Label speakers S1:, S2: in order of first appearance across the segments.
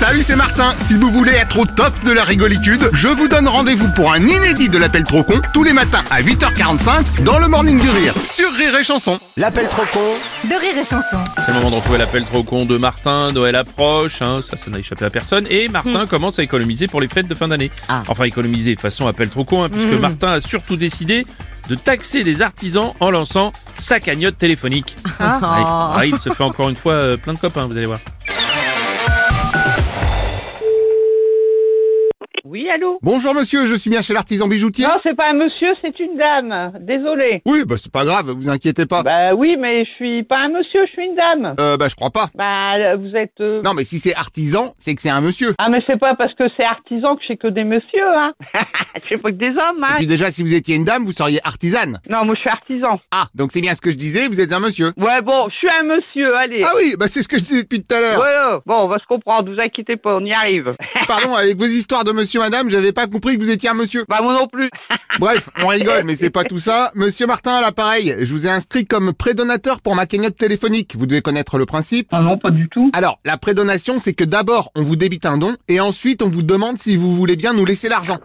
S1: Salut, c'est Martin. Si vous voulez être au top de la rigolitude, je vous donne rendez-vous pour un inédit de l'appel trop con tous les matins à 8h45 dans le Morning du Rire sur Rire et Chanson.
S2: L'appel trop con
S3: de rire et chanson.
S4: C'est le moment de retrouver l'appel trop con de Martin. Noël approche, hein, ça, ça n'a échappé à personne. Et Martin commence à économiser pour les fêtes de fin d'année. Enfin, économiser façon appel trop con, hein, puisque Martin a surtout décidé de taxer les artisans en lançant sa cagnotte téléphonique. Ouais. Ouais, il se fait encore une fois euh, plein de copains, vous allez voir.
S5: Oui, allô
S1: Bonjour monsieur, je suis bien chez l'artisan bijoutier.
S5: Non, c'est pas un monsieur, c'est une dame. Désolé.
S1: Oui, bah c'est pas grave, vous inquiétez pas.
S5: Bah oui, mais je suis pas un monsieur, je suis une dame.
S1: Euh, bah je crois pas.
S5: Bah euh, vous êtes... euh,
S1: Non mais si c'est artisan, c'est que c'est un monsieur.
S5: Ah mais c'est pas parce que c'est artisan que j'ai que des messieurs, hein. j'ai pas que des hommes,
S1: Et
S5: hein.
S1: puis déjà, si vous étiez une dame, vous seriez artisane.
S5: Non, moi je suis artisan.
S1: Ah, donc c'est bien ce que je disais, vous êtes un monsieur.
S5: Ouais, bon, je suis un monsieur, allez.
S1: Ah oui, bah c'est ce que je disais depuis tout à l'heure.
S5: Voilà. Bon, on va se comprendre, vous inquiétez pas, on y arrive.
S1: Pardon, avec vos histoires de monsieur madame, j'avais pas compris que vous étiez un monsieur.
S5: bah moi non plus.
S1: Bref, on rigole, mais c'est pas tout ça. Monsieur Martin, à l'appareil, je vous ai inscrit comme prédonateur pour ma cagnotte téléphonique. Vous devez connaître le principe.
S5: Ah non, pas du tout.
S1: Alors, la prédonation, c'est que d'abord, on vous débite un don, et ensuite, on vous demande si vous voulez bien nous laisser l'argent.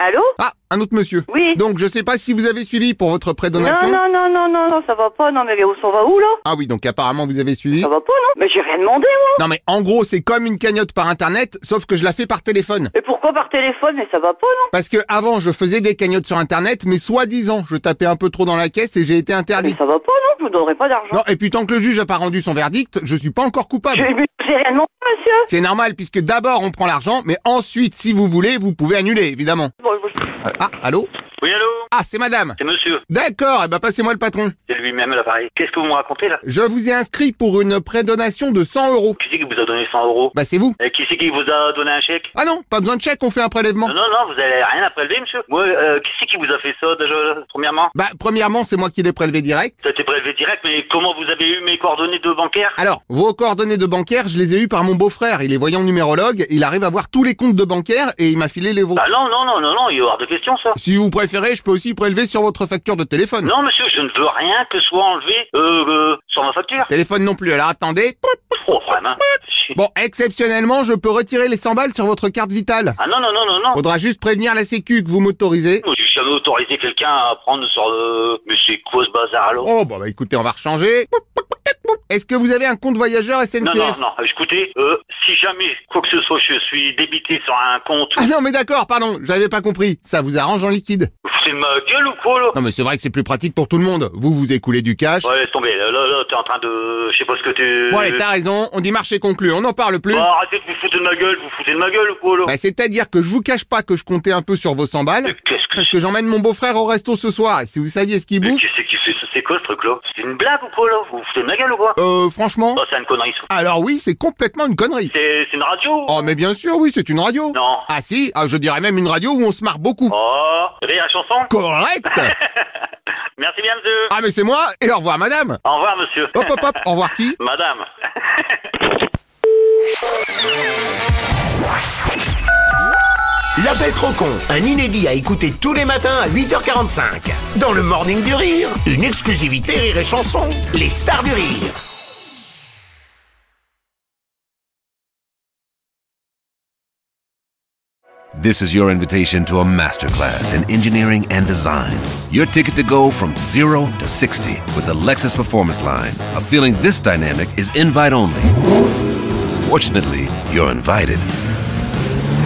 S6: Allô
S1: Ah, un autre monsieur.
S6: Oui.
S1: Donc, je sais pas si vous avez suivi pour votre prédonation.
S6: Non, non, non, non, non, non, ça va pas. Non, mais on s'en va où, là
S1: Ah oui, donc apparemment, vous avez suivi.
S6: Ça va pas, non Mais j'ai rien demandé, moi.
S1: Non mais en gros, c'est comme une cagnotte par internet, sauf que je la fais par téléphone.
S6: Mais pourquoi par téléphone Mais ça va pas, non
S1: Parce que avant, je faisais des cagnottes sur internet, mais soi-disant, je tapais un peu trop dans la caisse et j'ai été
S6: Mais
S1: interdit.
S6: ça va pas, non Je vous donnerai pas d'argent.
S1: Non, et puis tant que le juge a pas rendu son verdict, je suis pas encore
S6: Je-
S1: coupable.
S6: mais J'ai rien demandé, monsieur.
S1: C'est normal puisque d'abord on prend l'argent, mais ensuite, si vous voulez, vous pouvez annuler, évidemment.
S6: Bon, je-
S1: Ah, allô
S7: Oui, allô
S1: Ah, c'est madame.
S7: C'est monsieur.
S1: D'accord, eh ben passez-moi le patron.
S7: C'est lui-même à l'appareil. Qu'est-ce que vous me racontez, là
S1: Je vous ai inscrit pour une prédonation de 100 euros.
S7: Qui c'est qui vous a donné 100 euros
S1: Bah c'est vous.
S7: Et qui c'est qui vous a donné un chèque
S1: Ah non, pas besoin de chèque, on fait un prélèvement.
S7: Non, non, non, vous avez rien à prélever, monsieur. Moi, euh, qui c'est qui vous a fait ça, déjà, là, premièrement
S1: Bah premièrement, c'est moi qui l'ai prélevé direct.
S7: Ça a été prélevé direct, mais comment vous avez eu mes coordonnées de bancaire
S1: Alors, vos coordonnées de bancaire, je les ai eues par mon beau-frère. Il est voyant numérologue, il arrive à voir tous les comptes de bancaire et il m'a filé les vôtres.
S7: Bah non, non, non, non, non, il y a hors de question, ça.
S1: Si vous préférez, je peux aussi prélever sur votre facture de téléphone.
S7: Non, monsieur, je ne veux rien que soit enlevé euh, euh, sur ma facture.
S1: Téléphone non plus, alors attendez.
S7: Oh, vraiment.
S1: Bon, exceptionnellement, je peux retirer les 100 balles sur votre carte vitale.
S7: Ah non, non, non, non, non.
S1: Faudra juste prévenir la sécu que vous m'autorisez.
S7: Moi, J'ai jamais autorisé quelqu'un à prendre sur... euh, Mais c'est quoi ce bazar, alors
S1: Oh, bah, bah écoutez, on va rechanger. Est-ce que vous avez un compte voyageur SNCF
S7: Non, non, non, écoutez, euh, si jamais, quoi que ce soit, je suis débité sur un compte,
S1: Ah non, mais d'accord, pardon, j'avais pas compris. Ça vous arrange en liquide.
S7: vous foutez de ma gueule ou quoi, là
S1: Non, mais c'est vrai que c'est plus pratique pour tout le monde. Vous, vous écoulez du cash.
S7: Ouais, laisse tomber, là, là, là, t'es en train de... Je sais pas ce que t'es...
S1: Bon, allez, t'as raison, on dit marché conclu, on n'en parle plus.
S7: Bah, arrêtez de vous foutre de ma gueule, vous foutez de ma gueule ou quoi, là
S1: Bah, c'est-à-dire que je vous cache pas que je comptais un peu sur vos 100
S7: Mais
S1: balles,
S7: qu'est-ce que
S1: parce
S7: c'est
S1: que j'emmène mon beau-frère au resto ce soir, et si vous saviez ce qu'il
S7: Mais
S1: bouffe,
S7: qu'est-ce qui fait ça C'est quoi, ce truc-là C'est une blague ou quoi, là Vous vous foutez de ma gueule ou quoi
S1: euh, franchement,
S7: Oh, c'est une connerie, ça.
S1: alors oui, c'est complètement une connerie.
S7: C'est c'est une radio
S1: Oh, mais bien sûr, oui, c'est une radio.
S7: Non.
S1: Ah si, ah, je dirais même une radio où on se marre beaucoup.
S7: Oh, rire la chanson
S1: Correct
S7: Merci bien, monsieur
S1: Ah, mais c'est moi, et au revoir, madame
S7: Au revoir, monsieur
S1: Ah. Hop, hop, hop, au revoir qui
S7: Madame
S2: L'appel trop con, un inédit à écouter tous les matins à 8h45. Dans le Morning du Rire, une exclusivité Rire et Chanson, les stars du rire.
S8: This is your invitation to a masterclass in engineering and design. Your ticket to go from zero to 60 with the Lexus Performance Line. A feeling this dynamic is invite only. Fortunately, you're invited.